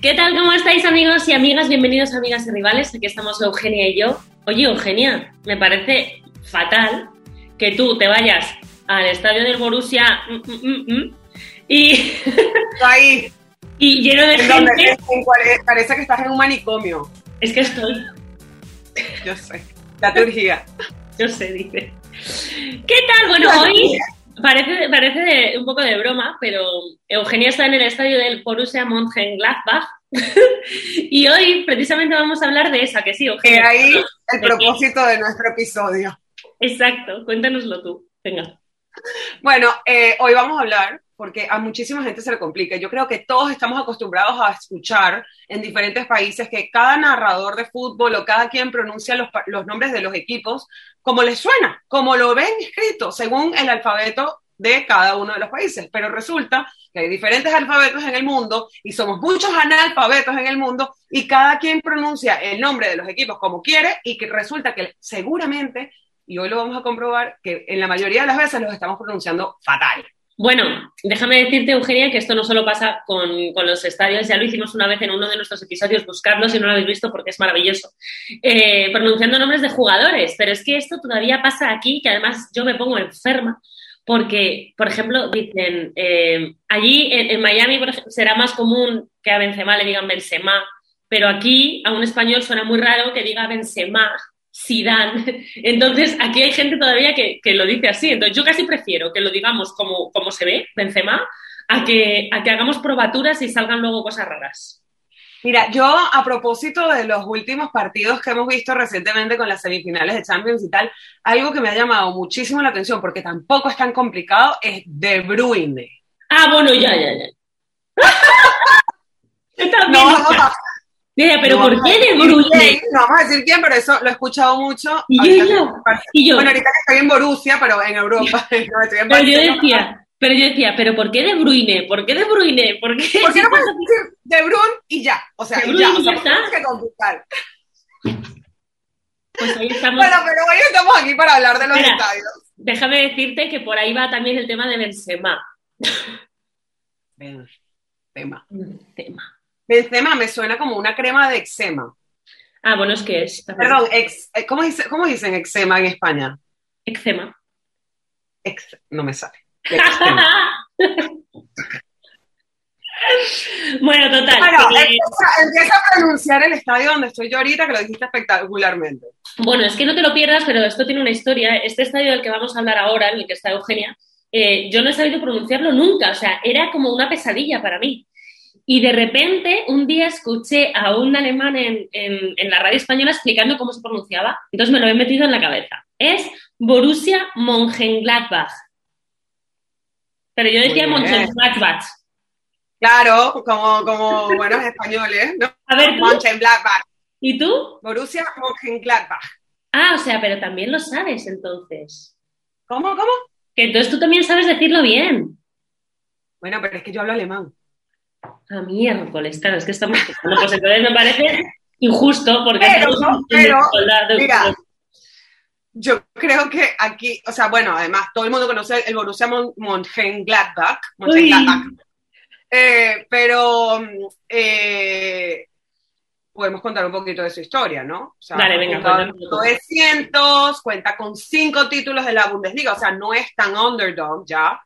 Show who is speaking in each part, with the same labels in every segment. Speaker 1: ¿Qué tal? ¿Cómo estáis amigos y amigas? Bienvenidos amigas y rivales. Aquí estamos Eugenia y yo. Oye, Eugenia, me parece fatal que tú te vayas al estadio del Borussia mm, mm, mm, y,
Speaker 2: Ahí,
Speaker 1: y lleno de
Speaker 2: en donde-
Speaker 1: gente.
Speaker 2: en cual- parece que estás en un manicomio.
Speaker 1: Es que estoy,
Speaker 2: Yo sé. La turgía.
Speaker 1: yo sé, dice. ¿Qué tal? Bueno, hoy parece, parece de- un poco de broma, pero Eugenia está en el estadio del Borussia Mönchengladbach y hoy precisamente vamos a hablar de esa, que sí,
Speaker 2: Que
Speaker 1: Eugenia.
Speaker 2: ahí el
Speaker 1: ¿De
Speaker 2: propósito de nuestro episodio.
Speaker 1: Exacto, cuéntanoslo tú. Venga.
Speaker 2: Bueno, eh, hoy vamos a hablar porque a muchísima gente se le complica. Yo creo que todos estamos acostumbrados a escuchar en diferentes países que cada narrador de fútbol o cada quien pronuncia los, pa- los nombres de los equipos como les suena, como lo ven escrito, según el alfabeto de cada uno de los países. Pero resulta que hay diferentes alfabetos en el mundo y somos muchos analfabetos en el mundo y cada quien pronuncia el nombre de los equipos como quiere y que resulta que seguramente y hoy lo vamos a comprobar que en la mayoría de las veces los estamos pronunciando fatal.
Speaker 1: Bueno, déjame decirte, Eugenia, que esto no solo pasa con, con los estadios, ya lo hicimos una vez en uno de nuestros episodios, buscarlo si no lo habéis visto porque es maravilloso, Eh, pronunciando nombres de jugadores, pero es que esto todavía pasa aquí, que además yo me pongo enferma, porque, por ejemplo, dicen, eh, allí en, en Miami por ej- será más común que a Benzema le digan Benzema, pero aquí a un español suena muy raro que diga Benzema, Zidane. Entonces, aquí hay gente todavía que, que lo dice así. Entonces, yo casi prefiero que lo digamos como, como se ve, Benzema, a que, a que hagamos probaturas y salgan luego cosas raras.
Speaker 2: Mira, yo a propósito de los últimos partidos que hemos visto recientemente con las semifinales de Champions y tal, algo que me ha llamado muchísimo la atención, porque tampoco es tan complicado, es De Bruyne.
Speaker 1: Ah, bueno, ya, ya, ya. Está bien.
Speaker 2: No vamos a-
Speaker 1: Mira, pero
Speaker 2: no
Speaker 1: ¿por
Speaker 2: vamos a
Speaker 1: qué de
Speaker 2: decir quién,
Speaker 1: Bruyne?
Speaker 2: No vamos a decir quién, pero eso lo he escuchado mucho.
Speaker 1: Y yo,
Speaker 2: Ahorita-
Speaker 1: y yo, Y yo,
Speaker 2: Bueno, ahorita que estoy en Borussia, pero en Europa. no, estoy en
Speaker 1: pero yo
Speaker 2: Barcelona.
Speaker 1: decía, pero yo decía, ¿pero por qué de Bruyne? ¿Por qué de Bruyne? ¿Por qué?
Speaker 2: ¿Por qué no puedes decir De Bruyne y ya? O sea,
Speaker 1: De
Speaker 2: y ya,
Speaker 1: Bruyne
Speaker 2: o
Speaker 1: y
Speaker 2: sea,
Speaker 1: ya
Speaker 2: ¿por qué
Speaker 1: está.
Speaker 2: tienes que complicar?
Speaker 1: Pues ahí estamos.
Speaker 2: Bueno, pero hoy estamos aquí para hablar de los
Speaker 1: Espera.
Speaker 2: estadios.
Speaker 1: Déjame decirte que por ahí va también el tema de Benzema.
Speaker 2: Benzema.
Speaker 1: Tema.
Speaker 2: Benzema me suena como una crema de eczema.
Speaker 1: Ah, bueno, es que es.
Speaker 2: Perdón, ex- eh, ¿cómo, dice- cómo dicen eczema en España?
Speaker 1: Eczema.
Speaker 2: Ex- no me sale. Eczema.
Speaker 1: bueno, total.
Speaker 2: Bueno,
Speaker 1: que-
Speaker 2: empieza, empieza a pronunciar el estadio donde estoy yo ahorita, que lo dijiste espectacularmente.
Speaker 1: Bueno, es que no te lo pierdas, pero esto tiene una historia. Este estadio del que vamos a hablar ahora, en el que está Eugenia, eh, yo no he sabido pronunciarlo nunca, o sea, era como una pesadilla para mí. Y de repente, un día escuché a un alemán en, en- en la radio española explicando cómo se pronunciaba, entonces me lo he metido en la cabeza. Es Borussia Mönchengladbach. Pero yo decía
Speaker 2: Muy bien.
Speaker 1: Mönchengladbach.
Speaker 2: Claro, como, como buenos españoles, ¿no?
Speaker 1: A ver, tú,
Speaker 2: Mönchengladbach.
Speaker 1: ¿y tú?
Speaker 2: Borussia Mönchengladbach.
Speaker 1: Ah, o sea, pero también lo sabes entonces.
Speaker 2: ¿Cómo, cómo?
Speaker 1: Que entonces tú también sabes decirlo bien.
Speaker 2: Bueno, pero es que yo hablo alemán.
Speaker 1: A Ah, miércoles, claro, es que estamos. Bueno, pues entonces me parece injusto porque.
Speaker 2: Pero,
Speaker 1: estamos en
Speaker 2: pero,
Speaker 1: igualdad de-
Speaker 2: mira. Yo creo que aquí, o sea, bueno, además todo el mundo conoce el Borussia Mon- Mönchengladbach, Mönchengladbach. Eh, pero mm, eh, podemos contar un poquito de su historia, ¿no? O sea,
Speaker 1: Vale, venga,
Speaker 2: cuenta
Speaker 1: cuéntame.
Speaker 2: 900, cuenta con cinco títulos de la Bundesliga, o sea, no es tan underdog ya,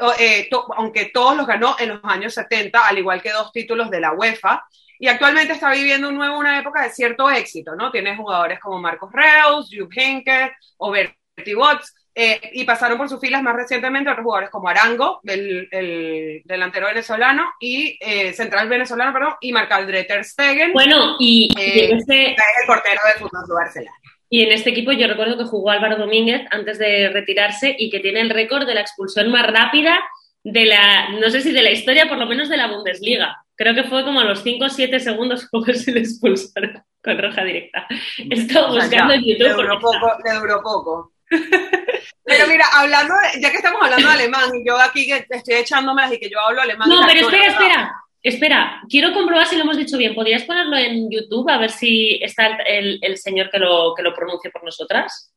Speaker 2: O, eh, to- aunque todos los ganó en los años 70, al igual que dos títulos de la UEFA, y actualmente está viviendo un nuevo, una época de cierto éxito, ¿no? Tiene jugadores como Marcos Reus, Jupp Heynckes o Bertie Watts, eh, y pasaron por sus filas más recientemente otros jugadores como Arango, el, el delantero venezolano, y eh, central venezolano, perdón, y Marc-André Ter Stegen,
Speaker 1: Bueno, y, y en este,
Speaker 2: que es el portero del Fútbol Club Barcelona.
Speaker 1: y en este equipo yo recuerdo que jugó Álvaro Domínguez antes de retirarse y que tiene el récord de la expulsión más rápida de la. No sé si de la historia, por lo menos de la Bundesliga. Creo que fue como a los 5 o 7 segundos como se le expulsaron con roja directa. Estaba
Speaker 2: O sea,
Speaker 1: buscando
Speaker 2: ya,
Speaker 1: en
Speaker 2: le
Speaker 1: YouTube.
Speaker 2: duró
Speaker 1: porque está-
Speaker 2: poco, le duró poco. Pero mira, hablando de- ya que estamos hablando de alemán, y yo aquí que estoy echándomelas y que yo hablo alemán.
Speaker 1: No,
Speaker 2: y
Speaker 1: pero
Speaker 2: castellano,
Speaker 1: espera, espera. Espera, quiero comprobar si lo hemos dicho bien. ¿Podrías ponerlo en YouTube a ver si está el, el- el señor que lo, que lo pronuncie por nosotras?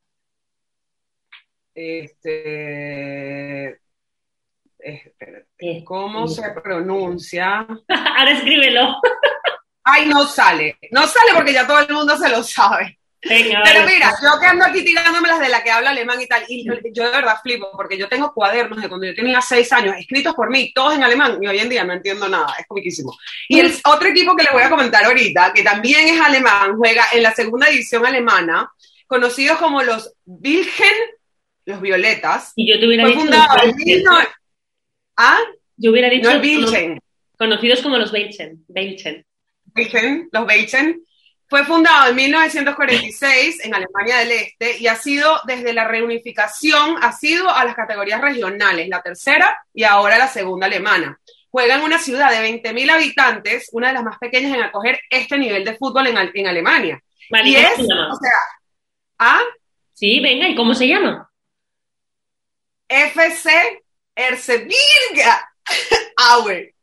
Speaker 2: Este. Espérate.
Speaker 1: Eh,
Speaker 2: ¿Cómo se pronuncia?
Speaker 1: Ahora escríbelo.
Speaker 2: Ay, no sale. No sale porque ya todo el mundo se lo sabe.
Speaker 1: Venga,
Speaker 2: Pero
Speaker 1: vale.
Speaker 2: mira, yo que ando aquí tirándome las de la que habla alemán y tal, y yo, yo de verdad flipo, porque yo tengo cuadernos de cuando yo tenía seis años, escritos por mí, todos en alemán, y hoy en día no entiendo nada, es comiquísimo. Y el otro equipo que les voy a comentar ahorita, que también es alemán, juega en la segunda división alemana, conocidos como los Wilhelm, los Violetas,
Speaker 1: Si yo te hubiera
Speaker 2: fue
Speaker 1: dicho.
Speaker 2: fundado
Speaker 1: los
Speaker 2: en
Speaker 1: Belchen.
Speaker 2: 19 ¿Ah?
Speaker 1: Yo hubiera dicho.
Speaker 2: No es
Speaker 1: cono-
Speaker 2: Wilhelm.
Speaker 1: Conocidos como los Belchen. Belchen.
Speaker 2: Belchen, los Belchen, fue fundado en 1946 en Alemania del Este y ha sido desde la reunificación, ha sido a las categorías regionales, la tercera y ahora la segunda alemana. Juega en una ciudad de 20.000 habitantes, una de las más pequeñas en acoger este nivel de fútbol en, Al- en Alemania.
Speaker 1: Vale,
Speaker 2: y
Speaker 1: ¿cómo
Speaker 2: es,
Speaker 1: se llama?
Speaker 2: o sea, A,
Speaker 1: Sí, venga, ¿y cómo se llama?
Speaker 2: FC, Erzgebirge, Aue.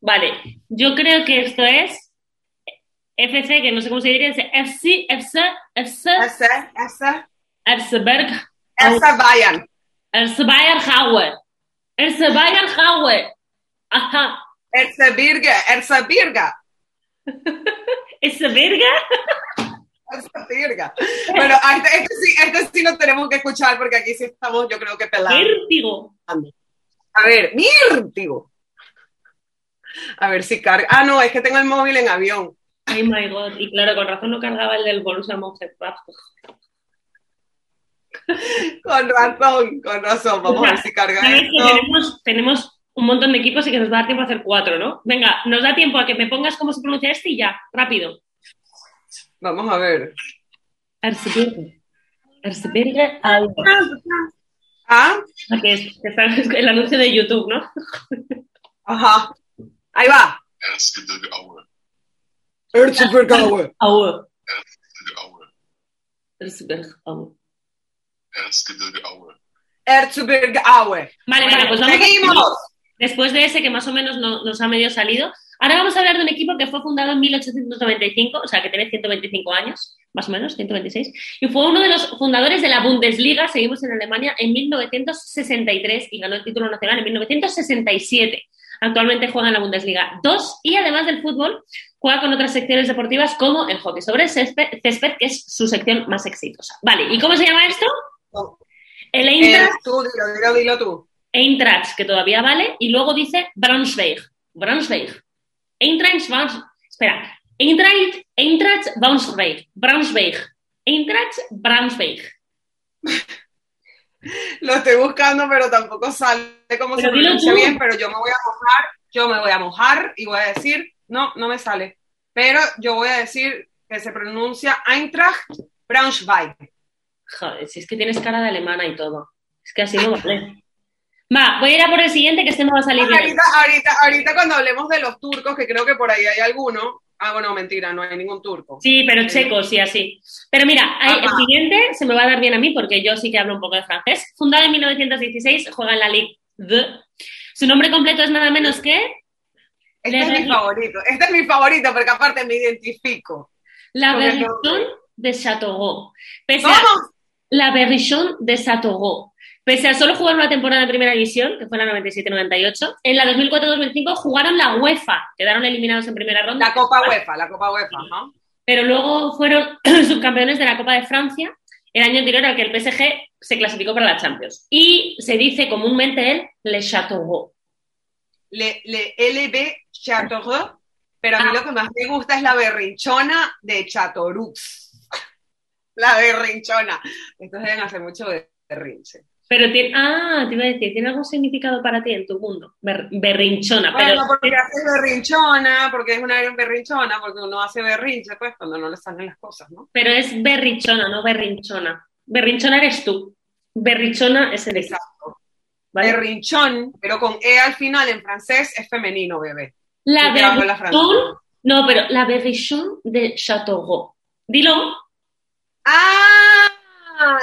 Speaker 1: Vale, yo creo que esto es FC, que no sé cómo se diría, es FC, FC, FC,
Speaker 2: FC, FC,
Speaker 1: Erzberg,
Speaker 2: FC Bayern.
Speaker 1: Erzbayerhauer. Erzbayerhauer. Ajá.
Speaker 2: Erzgebirge, Erzgebirge.
Speaker 1: ¿Es verga?
Speaker 2: Esa virga. Bueno, a este, este sí, este sí lo tenemos que escuchar porque aquí sí estamos, yo creo que pelando.
Speaker 1: Vértigo.
Speaker 2: A ver, mirtigo. A ver si carga. Ah, no, es que tengo el móvil en avión.
Speaker 1: Ay, my God. Y claro, con razón no cargaba el del Borussia Mönchengladbach.
Speaker 2: Con razón, con razón. Vamos a ver si carga
Speaker 1: Sabes que
Speaker 2: esto.
Speaker 1: tenemos, tenemos un montón de equipos y que nos va a dar tiempo a hacer cuatro, ¿no? Venga, nos da tiempo a que me pongas cómo se pronuncia este y ya, rápido.
Speaker 2: Vamos a ver.
Speaker 1: Erzberg. Erzberg Auer.
Speaker 2: Ah,
Speaker 1: Ah, Que es, que está el anuncio de YouTube, ¿no?
Speaker 2: ajá. Ahí va.
Speaker 3: Erzgebirge Aue.
Speaker 2: Erzgebirge.
Speaker 1: Auer.
Speaker 3: Erzgebirge Aue.
Speaker 1: Erzberg Auer.
Speaker 3: Erzgebirge Aue.
Speaker 2: Erzgebirge Aue.
Speaker 1: Vale, venga, pues vamos a-
Speaker 2: Ah, Seguimos.
Speaker 1: después de ese que más o menos no- nos ha medio salido, ahora vamos a hablar de un equipo que fue fundado en 1895, o sea, que tiene 125 años, más o menos, 126, y fue uno de los fundadores de la Bundesliga, seguimos en Alemania, en 1963 y ganó el título nacional en 1967. Actualmente juega en la Bundesliga 2 y además del fútbol juega con otras secciones deportivas como el hockey sobre césped, césped, que es su sección más exitosa. Vale, ¿y cómo se llama esto? El Eintracht
Speaker 2: Eh, tú, dilo, dilo, dilo tú.
Speaker 1: Eintracht, que todavía vale, y luego dice Braunschweig. Braunschweig. Eintracht, Braunschweig. Espera. Eintracht, Eintracht, Braunschweig. Braunschweig. Eintracht, Braunschweig.
Speaker 2: Lo estoy buscando, pero tampoco sale cómo se
Speaker 1: Pero dilo
Speaker 2: pronuncia
Speaker 1: tú.
Speaker 2: bien, pero yo me voy a mojar, yo me voy a mojar y voy a decir, no, no me sale. Pero yo voy a decir que se pronuncia Eintracht Braunschweig.
Speaker 1: Joder, si es que tienes cara de alemana y todo. Es que así no vale. Va, voy a ir a por el siguiente, que este no va a salir bien.
Speaker 2: Ahorita, ahorita, ahorita cuando hablemos de los turcos, que creo que por ahí hay alguno. Ah, bueno, mentira, no hay ningún turco.
Speaker 1: Sí, pero checo, sí, así. Pero mira, hay- el
Speaker 2: Ajá.
Speaker 1: siguiente se me va a dar bien a mí porque yo sí que hablo un poco de francés. Fundado en 1916, juega en la Ligue 2. Su nombre completo es nada menos que
Speaker 2: Este es
Speaker 1: Le-
Speaker 2: mi favorito, este es mi favorito, porque aparte me identifico.
Speaker 1: La
Speaker 2: Sobre
Speaker 1: Berrichon de Chateauroux. Pese a,
Speaker 2: ¡Vamos!
Speaker 1: la Berrichon de Chateauroux. Pese a solo jugar una temporada de primera división, que fue la 97-98, en la 2004-2005 jugaron la UEFA, quedaron eliminados en primera ronda,
Speaker 2: La Copa UEFA, la Copa UEFA, ajá.
Speaker 1: pero luego fueron subcampeones de la Copa de Francia el año anterior al que el PSG se clasificó para la Champions. Y se dice comúnmente el Le Chateauroux.
Speaker 2: le, le LB Chateauroux, pero
Speaker 1: Ah.
Speaker 2: a mí lo que más me gusta es la berrinchona de Chateauroux. La berrinchona. Estos deben hacer mucho berrinche.
Speaker 1: Pero tiene, ah, te iba a decir, ¿tiene algún significado para ti en tu mundo? Ber- berrinchona,
Speaker 2: Bueno, porque
Speaker 1: Ah, pero
Speaker 2: hace berrinchona, porque es una berrinchona, porque uno hace berrinche, pues, cuando no le salen las cosas, ¿no?
Speaker 1: Pero es berrichona, no berrinchona. Berrinchona eres tú. Berrichona es el equipo. ¿vale?
Speaker 2: Berrinchón, pero con E al final en francés es femenino, bebé.
Speaker 1: La
Speaker 2: Yo te hablo la
Speaker 1: berrichon. No, pero la berrichon de Chateauroux. Dilo.
Speaker 2: ¡Ah!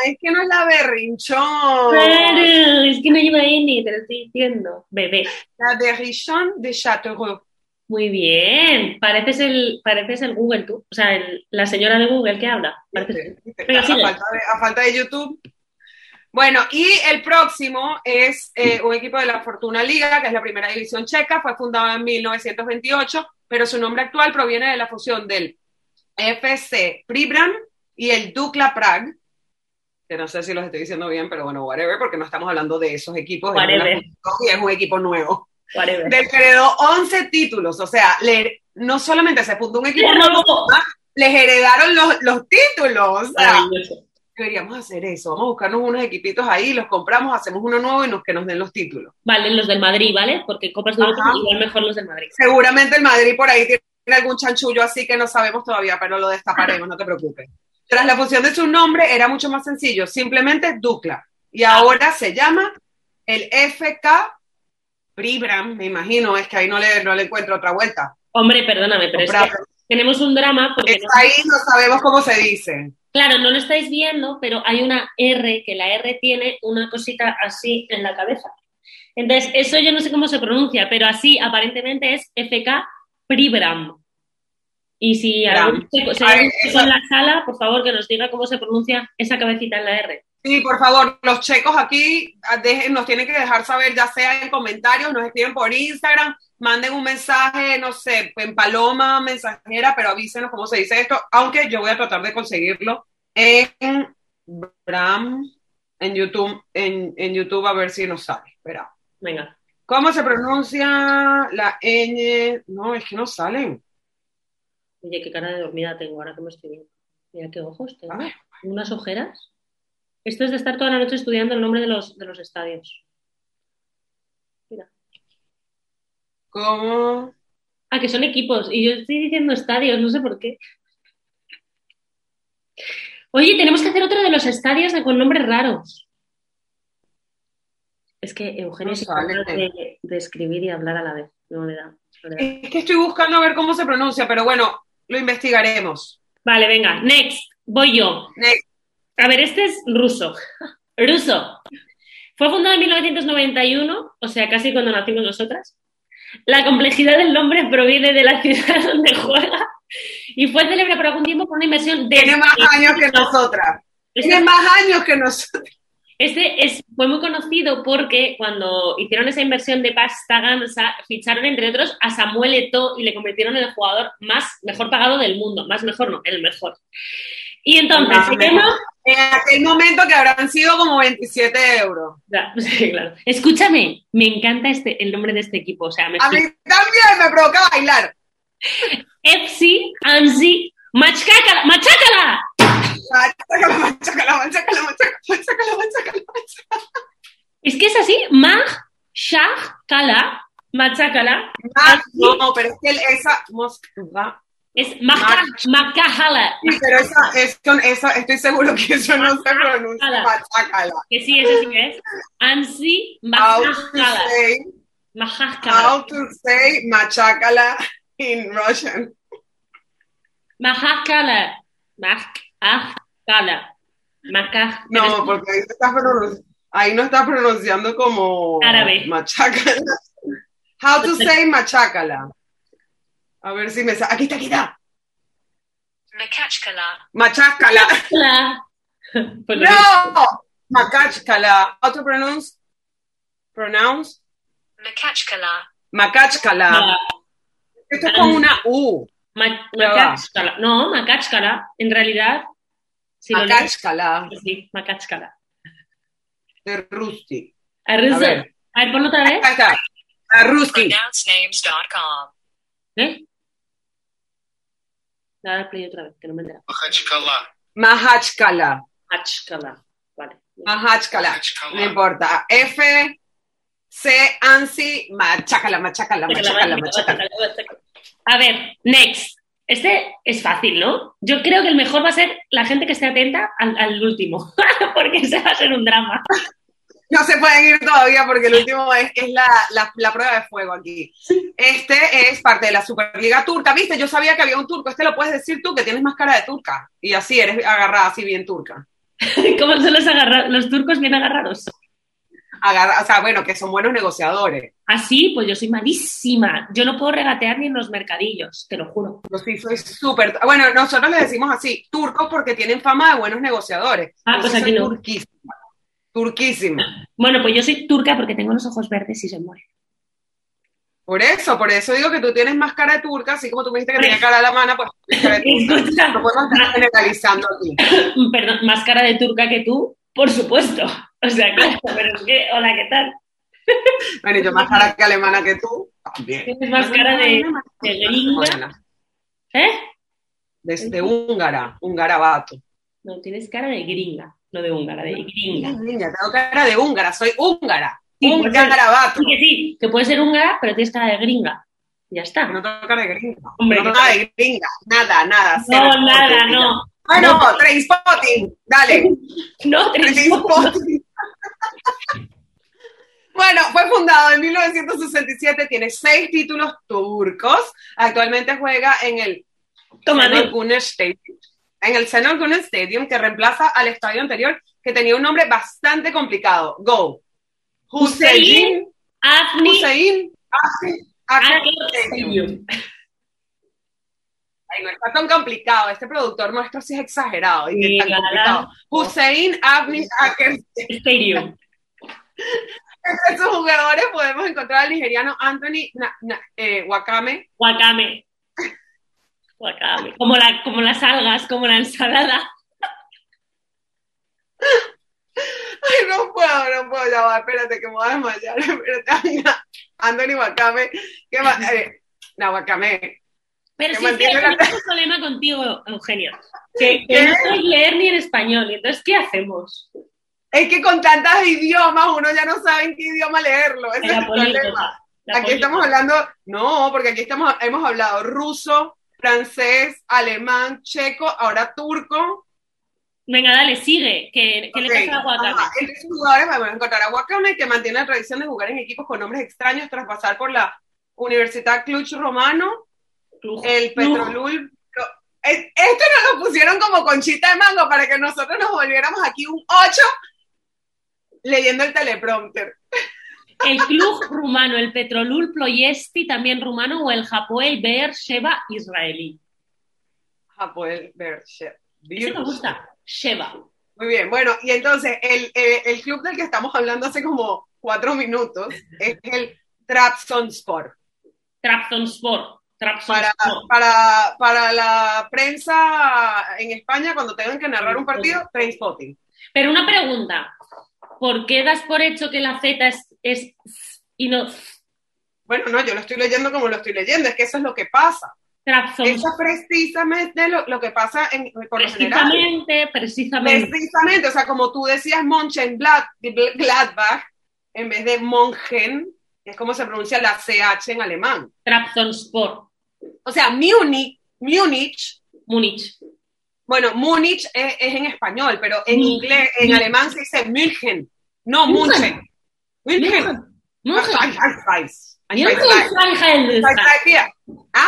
Speaker 2: Es que no es la berrinchón.
Speaker 1: Claro, es que no lleva N, te lo estoy diciendo. Bebé.
Speaker 2: La berrinchón de Chateauroux.
Speaker 1: Muy bien. Pareces el, pareces el Google tú. O sea, el- la señora de Google que habla. Pareces-
Speaker 2: Viste, viste,
Speaker 1: Venga,
Speaker 2: a,
Speaker 1: sigue.
Speaker 2: falta de, a falta de YouTube. Bueno, y el próximo es eh, un equipo de la Fortuna Liga, que es la primera división checa, fue fundado en 1928 pero su nombre actual proviene de la fusión del FC Pribram y el Dukla Prague, que no sé si los estoy diciendo bien, pero bueno, whatever, porque no estamos hablando de esos equipos, es
Speaker 1: Whatever.
Speaker 2: una fusión y es un equipo nuevo,
Speaker 1: Whatever.
Speaker 2: del que heredó 11 títulos, o sea, le- no solamente se fundó un equipo nuevo,
Speaker 1: Hermoso.
Speaker 2: les heredaron los, los títulos, o sea,
Speaker 1: Maravilloso.
Speaker 2: deberíamos hacer eso, vamos a buscarnos unos equipitos ahí, los compramos, hacemos uno nuevo y nos, que nos den los títulos.
Speaker 1: Vale, los del Madrid, ¿vale? Porque Copas de Europa
Speaker 2: Ajá.
Speaker 1: igual mejor los del Madrid.
Speaker 2: Seguramente el Madrid por ahí tiene algún chanchullo así que no sabemos todavía, pero lo destaparemos, no te preocupes. Tras la fusión de su nombre era mucho más sencillo, simplemente Dukla. Y ahora se llama el FK Pribram, me imagino, es que ahí no le, no le encuentro otra vuelta.
Speaker 1: Hombre, perdóname, pero es que
Speaker 2: Comprado.
Speaker 1: tenemos un drama porque
Speaker 2: Está
Speaker 1: no-
Speaker 2: ahí, no sabemos cómo se dice.
Speaker 1: claro, no lo estáis viendo, pero hay una R, que la R tiene una cosita así en la cabeza. Entonces, eso yo no sé cómo se pronuncia, pero así aparentemente es FK Pribram. Y si
Speaker 2: Bram.
Speaker 1: algún chico si hay
Speaker 2: Ay,
Speaker 1: algún chico
Speaker 2: eso-
Speaker 1: en la sala, por favor que nos diga cómo se pronuncia esa cabecita en la R.
Speaker 2: Sí, por favor, los checos aquí ah, dejen- nos tienen que dejar saber, ya sea en comentarios, nos escriben por Instagram, manden un mensaje, no sé, en paloma, mensajera, pero avísenos cómo se dice esto, aunque yo voy a tratar de conseguirlo en Bram, en YouTube, en, en YouTube a ver si nos sale. Espera.
Speaker 1: Venga.
Speaker 2: ¿Cómo se pronuncia la ñ? No, es que no salen.
Speaker 1: Oye, qué cara de dormida tengo ahora que me estoy viendo. Mira qué ojos tengo.
Speaker 2: A ver.
Speaker 1: unas ojeras. Esto es de estar toda la noche estudiando el nombre de los, de los estadios.
Speaker 2: ¿Cómo?
Speaker 1: Ah, que son equipos. Y yo estoy diciendo estadios, no sé por qué. Oye, tenemos que hacer otro de los estadios de- con nombres raros. Es que Eugenio
Speaker 2: No
Speaker 1: es
Speaker 2: sale.
Speaker 1: incapaz de, de escribir y hablar a la vez. No le da. no le da.
Speaker 2: Es que estoy buscando a ver cómo se pronuncia, pero bueno, lo investigaremos.
Speaker 1: Vale, venga. Next. Voy yo.
Speaker 2: Next.
Speaker 1: A ver, este es ruso. Ruso. Fue fundado en 1991, o sea, casi cuando nacimos nosotras. La complejidad del nombre proviene de la ciudad donde juega y fue célebre por algún tiempo por una inversión de...
Speaker 2: Tiene más años que nosotras. Tiene
Speaker 1: Este,
Speaker 2: más años que nosotros.
Speaker 1: este es, fue muy conocido porque cuando hicieron esa inversión de pasta gansa, ficharon entre otros a Samuel Eto'o y le convirtieron en el jugador más mejor pagado del mundo. Más mejor no, el mejor. Y entonces,
Speaker 2: Más
Speaker 1: si
Speaker 2: mejor.
Speaker 1: vemos-
Speaker 2: En aquel momento que habrán sido como 27 euros.
Speaker 1: Ya, sí, claro. Escúchame, me encanta este, el nombre de este equipo. O sea, me
Speaker 2: A mí también me provoca bailar.
Speaker 1: FC Anzi Machácala, Machácala.
Speaker 2: Machácala, machácala, machácala, machácala, machácala, machácala, machácala.
Speaker 1: Es que es así, Machácala, Machácala,
Speaker 2: Ah, No, pero es que el- esa. Mosca.
Speaker 1: es Machácala.
Speaker 2: Sí, pero esa, eso- esa- estoy seguro que eso no se pronuncia. Machácala.
Speaker 1: Que sí, eso sí que es. ¿eh? Anzi
Speaker 2: How to
Speaker 1: Machácala.
Speaker 2: say,
Speaker 1: Machácala.
Speaker 2: how to say machácala in Russian.
Speaker 1: Machácala. Machácala. Machácala.
Speaker 2: No, pues- porque ahí, no está pronunci- ahí no está pronunciando como
Speaker 1: Árabe.
Speaker 2: machácala. How to say machácala. A ver si me sale. Aquí está, aquí está. Machácala.
Speaker 1: Pues lo mismo.
Speaker 2: No. Machácala. How to pronounce? Pronounce? Machácala. Esto es con una U.
Speaker 1: Ma-
Speaker 2: Ya va.
Speaker 1: Macachkala. No, Macachkala. En realidad, si lo
Speaker 2: Machácala.
Speaker 1: lees, pues sí, Macachkala.
Speaker 2: De Rusty.
Speaker 1: A ver,
Speaker 2: A ver.
Speaker 1: a ver, ponlo otra vez.
Speaker 2: Ahí está. A Rusty.
Speaker 4: Pronouncenames.com.
Speaker 1: ¿Eh? Dale play otra vez, que no me entera.
Speaker 3: Махачкала.
Speaker 2: Machácala.
Speaker 1: Macachkala. Vale.
Speaker 2: Ah, Machácala. No
Speaker 3: Махачкала.
Speaker 2: importa. F, C, ANSI, machácala, machácala, machácala, machácala.
Speaker 1: A ver, next. Este es fácil, ¿no? Yo creo que el mejor va a ser la gente que esté atenta al, al último, porque ese va a ser un drama.
Speaker 2: No se pueden ir todavía porque el último es, es la, la- la prueba de fuego aquí. Este es parte de la Superliga turca. Viste, yo sabía que había un turco. Este lo puedes decir tú, que tienes más cara de turca. Y así eres agarrada, así bien turca.
Speaker 1: ¿Cómo son los, agarra- los turcos bien agarrados?
Speaker 2: Agarra- o sea, bueno, que son buenos negociadores.
Speaker 1: Así, pues yo soy malísima. Yo no puedo regatear ni en los mercadillos, te lo juro.
Speaker 2: Yo sí soy súper... Bueno, nosotros les decimos así, turcos porque tienen fama de buenos negociadores.
Speaker 1: Ah,
Speaker 2: Yo
Speaker 1: pues
Speaker 2: sí
Speaker 1: aquí
Speaker 2: soy
Speaker 1: no.
Speaker 2: Turquísima. Turquísima.
Speaker 1: Bueno, pues yo soy turca porque tengo los ojos verdes y se muere.
Speaker 2: Por eso, por eso digo que tú tienes más cara de turca, así como tú me dijiste que tenía cara de alemana, pues tienes cara de turca.
Speaker 1: Escucha.
Speaker 2: No podemos estar generalizando aquí.
Speaker 1: Perdón, más cara de turca que tú, por supuesto. O sea, claro, pero es que, hola, ¿qué tal?
Speaker 2: Bueno, yo más cara que alemana que tú, también.
Speaker 1: Tienes más cara de, de gringa.
Speaker 2: Bueno,
Speaker 1: ¿Eh?
Speaker 2: de, de húngara, húngarabato.
Speaker 1: No, tienes cara de gringa, no de húngara, de gringa.
Speaker 2: Niña, tengo cara de húngara, soy húngara.
Speaker 1: Sí, pues,
Speaker 2: Húngarabato.
Speaker 1: Sí, que sí, que puedes ser húngara, pero tienes cara de gringa. Ya está.
Speaker 2: No tengo cara de gringa.
Speaker 1: Hombre,
Speaker 2: no
Speaker 1: que-
Speaker 2: nada de gringa, nada, nada. cero.
Speaker 1: No, nada, no.
Speaker 2: Bueno, Trainspotting, dale.
Speaker 1: No,
Speaker 2: Trainspotting. Bueno, fue fundado en 1967, tiene seis títulos turcos. Actualmente juega en el
Speaker 1: Tómame.
Speaker 2: Şenol Güneş Stadium, en el Senor Güneş Stadium, que reemplaza al estadio anterior, que tenía un nombre bastante complicado. Go. Hüseyin,
Speaker 1: Hüseyin Afni
Speaker 2: Hüseyin, Afi- Afi- Stadium.
Speaker 1: Agostinium.
Speaker 2: Ay, no está tan complicado. Este productor nuestro sí es exagerado. Y
Speaker 1: Sí,
Speaker 2: tan
Speaker 1: la
Speaker 2: complicado.
Speaker 1: verdad.
Speaker 2: Hussein Avni Aker.
Speaker 1: Stadium.
Speaker 2: Entre sus jugadores podemos encontrar al nigeriano Anthony Na- Na- eh, Wakame.
Speaker 1: Guacame. Guacame. Como, la, como las algas, como la ensalada.
Speaker 2: Ay, no puedo, no puedo, ya va, espérate que me voy a desmayar. Espérate, ay, na- Anthony Wakame. ¿Qué más? Eh, na, Wakame.
Speaker 1: Pero
Speaker 2: Que
Speaker 1: sí, es que
Speaker 2: mantiene la-
Speaker 1: tenemos un problema contigo, Eugenio. Que, que
Speaker 2: ¿Qué?
Speaker 1: no sabes leer ni en español. Y entonces, ¿qué hacemos?
Speaker 2: Es que con tantos idiomas uno ya no sabe en qué idioma leerlo. Ese es
Speaker 1: La
Speaker 2: el problema.
Speaker 1: política. La
Speaker 2: Aquí
Speaker 1: política.
Speaker 2: estamos hablando, no, porque aquí estamos, hemos hablado ruso, francés, alemán, checo, ahora turco.
Speaker 1: Venga, dale, sigue. ¿Qué, qué
Speaker 2: Ok,
Speaker 1: le pasa a Guacame?
Speaker 2: ajá, Entre sus jugadores vamos a encontrar a Wakame, que mantiene la tradición de jugar en equipos con nombres extraños tras pasar por la Universidad Cluj Romano, el Petrolul. lo- es- Esto nos lo pusieron como conchita de mango para que nosotros nos volviéramos aquí un 8 leyendo el teleprompter.
Speaker 1: El club rumano, el Petrolul Ploiesti, también rumano, o el Hapoel Beer Sheba israelí.
Speaker 2: Japoel Berger.
Speaker 1: ¿Qué te gusta? Sheba.
Speaker 2: Muy bien, bueno, y entonces el, eh, el club del que estamos hablando hace como cuatro minutos es el Trabzonspor.
Speaker 1: Trabzonspor.
Speaker 2: Para,
Speaker 1: Trabzonspor.
Speaker 2: para, para la prensa en España, cuando tengan que narrar un partido, Trainspotting.
Speaker 1: Pero una pregunta. ¿Por qué das por hecho que la Z es, es y no
Speaker 2: Bueno, no, yo lo estoy leyendo como lo estoy leyendo, es que eso es lo que pasa. Eso
Speaker 1: Trabzonspor?
Speaker 2: es precisamente lo, lo que pasa en, por lo general. Pues
Speaker 1: Precisamente, precisamente.
Speaker 2: Precisamente, o sea, como tú decías Mönchengladbach Gladbach, en vez de Mongen, que es como se pronuncia la CH en alemán.
Speaker 1: Trabzonspor.
Speaker 2: O sea, Múnich, Múnich,
Speaker 1: Múnich.
Speaker 2: bueno, Múnich es, es en español, pero en
Speaker 1: Mü-
Speaker 2: inglés, en
Speaker 1: Mü-
Speaker 2: alemán se dice München, no
Speaker 1: München.
Speaker 2: München. München. Pues
Speaker 1: Múnich. A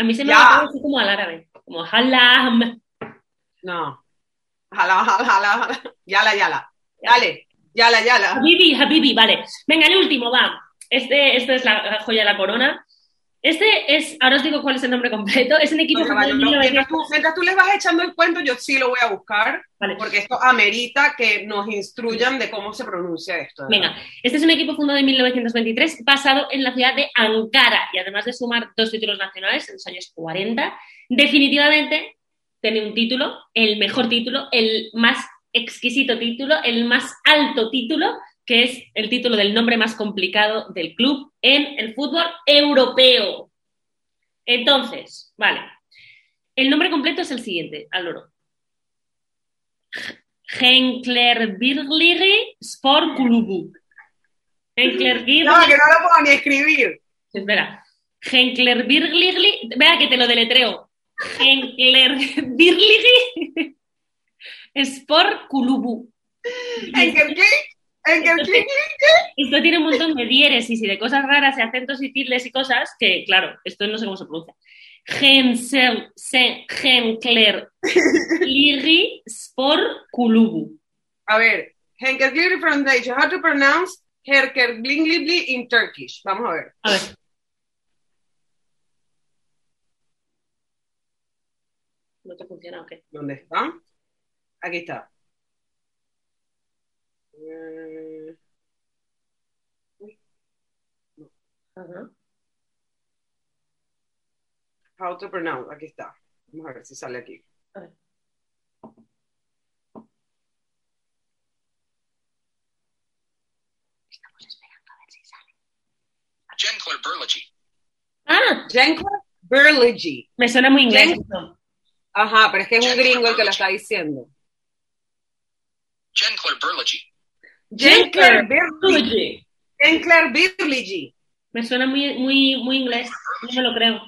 Speaker 2: Ah,
Speaker 1: mí se me
Speaker 2: Ya.
Speaker 1: va así como al árabe. Como halam.
Speaker 2: no. Jala, jala, jala, jala. Yala, yala. Dale, yala, yala.
Speaker 1: Habibi, Habibi, vale. Venga, el último, va. Este, este es la, la joya de la corona. Este es, ahora os digo cuál es el nombre completo. Es un equipo
Speaker 2: No, ya va,
Speaker 1: formado
Speaker 2: yo
Speaker 1: en
Speaker 2: no-
Speaker 1: 1900.
Speaker 2: mientras, tú, mientras tú les vas echando el cuento, yo sí lo voy a buscar,
Speaker 1: Vale.
Speaker 2: porque esto amerita que nos instruyan de cómo se pronuncia esto. de
Speaker 1: Venga, este es un equipo fundado en 1923, basado en la ciudad de Ankara, y además de sumar dos títulos nacionales en los años 40, definitivamente tiene un título, el mejor título, el más exquisito título, el más alto título, que es el título del nombre más complicado del club en el fútbol europeo. Entonces, vale, el nombre completo es el siguiente, al loro. Henkler Birligi Sport Klubu. Henkler
Speaker 2: verdad. No, que no lo puedo ni escribir.
Speaker 1: Espera. Henkler Birligli. Vea que te lo deletreo. Henkler Birligli. Sport Kulubu.
Speaker 2: ¿En qué clic? ¿En qué clic?
Speaker 1: Esto tiene un montón de diéresis y de cosas raras y acentos y tildes y cosas que, claro, esto no sé cómo se pronuncia. Hensel, se, Henkler Birligli Sport Kulubu.
Speaker 2: A ver, Henkerglingli Foundation, how to pronounce Henkerglingli in Turkish. Vamos a ver.
Speaker 1: A ver. ¿No te funciona o qué?
Speaker 2: ¿Dónde está? Aquí está. Eh,
Speaker 1: Ajá.
Speaker 2: How to pronounce. Aquí está. Vamos a ver si sale aquí.
Speaker 1: A ver.
Speaker 4: Jennifer Berlogy.
Speaker 1: Ah,
Speaker 2: Jennifer Burligi.
Speaker 1: me suena muy inglés.
Speaker 2: Jen- Ajá, pero es que es un gringo el que lo está diciendo.
Speaker 4: Jennifer Berlogy.
Speaker 2: Jennifer Burligi.
Speaker 1: Burligi.
Speaker 2: Jennifer Burligi.
Speaker 1: Me suena muy, muy, muy inglés. No me lo creo.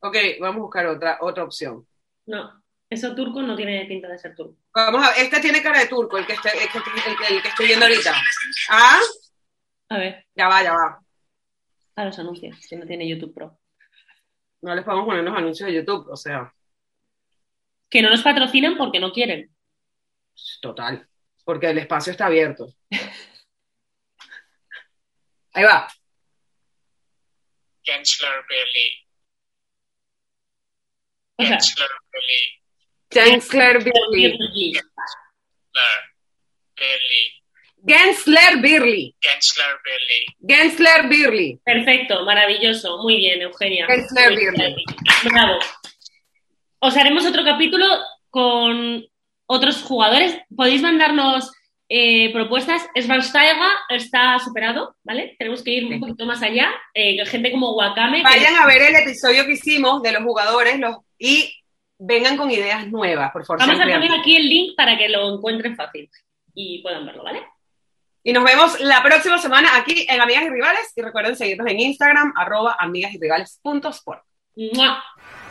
Speaker 2: Ok, vamos a buscar otra, otra opción.
Speaker 1: No. Eso turco no tiene pinta de ser turco.
Speaker 2: Vamos a este tiene cara de turco, el que, este- el que- el que- el que estoy viendo ahorita. Ah,
Speaker 1: A ver,
Speaker 2: ya va, ya va.
Speaker 1: a los anuncios, que no tiene YouTube Pro.
Speaker 2: No les podemos poner los anuncios de YouTube, o sea,
Speaker 1: Que no nos patrocinan porque no quieren.
Speaker 2: total, porque el espacio está abierto. Ahí va.
Speaker 4: Chancellor Burley.
Speaker 1: O sea,
Speaker 4: Chancellor Burley.
Speaker 2: Gensler Birley.
Speaker 1: Burligi.
Speaker 4: Burley.
Speaker 2: Gensler Birley.
Speaker 4: Chancellor Burley.
Speaker 2: Gensler Birley.
Speaker 1: Perfecto, maravilloso. Muy bien, Eugenia.
Speaker 2: Es nervio.
Speaker 1: Bravo. Os haremos otro capítulo con otros jugadores. Podéis mandarnos eh, propuestas. Schwansteiger está superado, ¿vale? Tenemos que ir
Speaker 2: Sí.
Speaker 1: un poquito más allá. Eh, gente como Wakame. que-
Speaker 2: Vayan a ver el episodio que hicimos de los jugadores los, y vengan con ideas nuevas, por favor.
Speaker 1: Vamos a
Speaker 2: sean
Speaker 1: poner
Speaker 2: creativos.
Speaker 1: aquí el link para que lo encuentren fácil y puedan verlo, ¿vale?
Speaker 2: Y nos vemos la próxima semana aquí en Amigas y Rivales. Y recuerden seguirnos en Instagram, arroba amigasyrivalesport.
Speaker 1: ¡Mua!